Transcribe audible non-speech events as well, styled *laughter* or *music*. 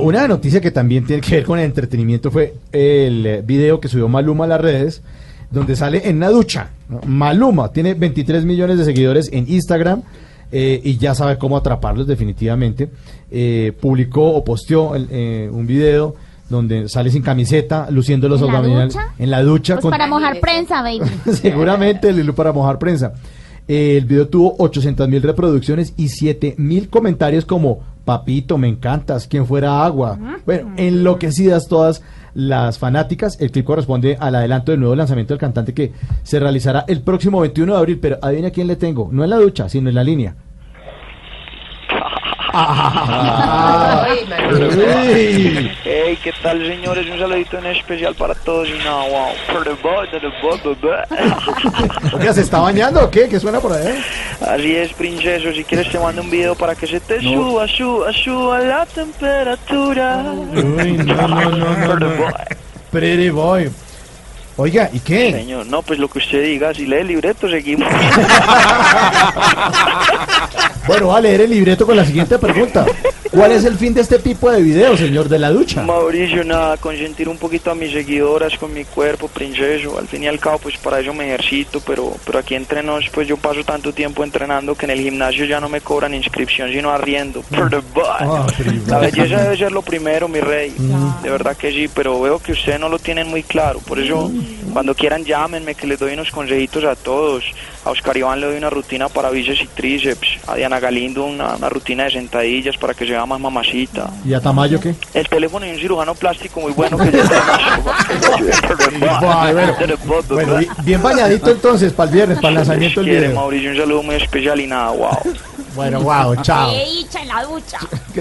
Una noticia que también tiene que ver con el entretenimiento fue el eh, video que subió Maluma a las redes, donde sale en una ducha. ¿no? Maluma tiene 23 millones de seguidores en Instagram eh, y ya sabe cómo atraparlos definitivamente. Eh, publicó o posteó el, eh, un video donde sale sin camiseta, luciendo los ¿En la abdominales ducha? en la ducha. Pues con- para mojar prensa, baby. *laughs* Seguramente Lilu para mojar prensa. Eh, el video tuvo 800 mil reproducciones y 7 mil comentarios como Papito, me encantas, quien fuera agua. Bueno, enloquecidas todas las fanáticas. El clip corresponde al adelanto del nuevo lanzamiento del cantante que se realizará el próximo 21 de abril. Pero adivina quién le tengo. No en la ducha, sino en la línea. Uy. Hey, ¿qué tal, señores? Un saludito en especial para todos y no, wow. Por el bo- de los bo- bo- *laughs* bo. Oiga, ¿Se está bañando o qué? ¿Qué suena por ahí? Así es, princeso. Si quieres, te mando un video para que se te suba, suba, suba la temperatura. Uy, no, no, no, Por no, el bo- no. Pretty boy. Oiga, ¿y qué? Señor, no, pues lo que usted diga, si lee el libreto, seguimos. *laughs* Bueno, va a leer el libreto con la siguiente pregunta. ¿Cuál es el fin de este tipo de video, señor de la ducha? Mauricio, nada, consentir un poquito a mis seguidoras con mi cuerpo, princeso. Al fin y al cabo, pues para eso me ejercito, pero, pero aquí entre nos, pues yo paso tanto tiempo entrenando que en el gimnasio ya no me cobran inscripción, sino arriendo. Por el bo- Ah, pretty La boy. *laughs* belleza debe ser lo primero, mi rey. Mm. De verdad que sí, pero veo que ustedes no lo tienen muy claro. Por eso, Mm. cuando quieran, llámenme, que les doy unos consejitos a todos. A Oscar Iván le doy una rutina para bíceps y tríceps. A Diana Galindo una, una rutina de sentadillas para que se vea más mamacita. ¿Y a Tamayo qué? El teléfono de un cirujano plástico muy bueno que *laughs* yo *laughs* tengo. Bueno, bi- bien bañadito entonces para el viernes, para el lanzamiento del quiere, video. Mauricio, un saludo muy especial y nada, wow. Bueno, wow, chao. ¡Qué dicha en la ducha!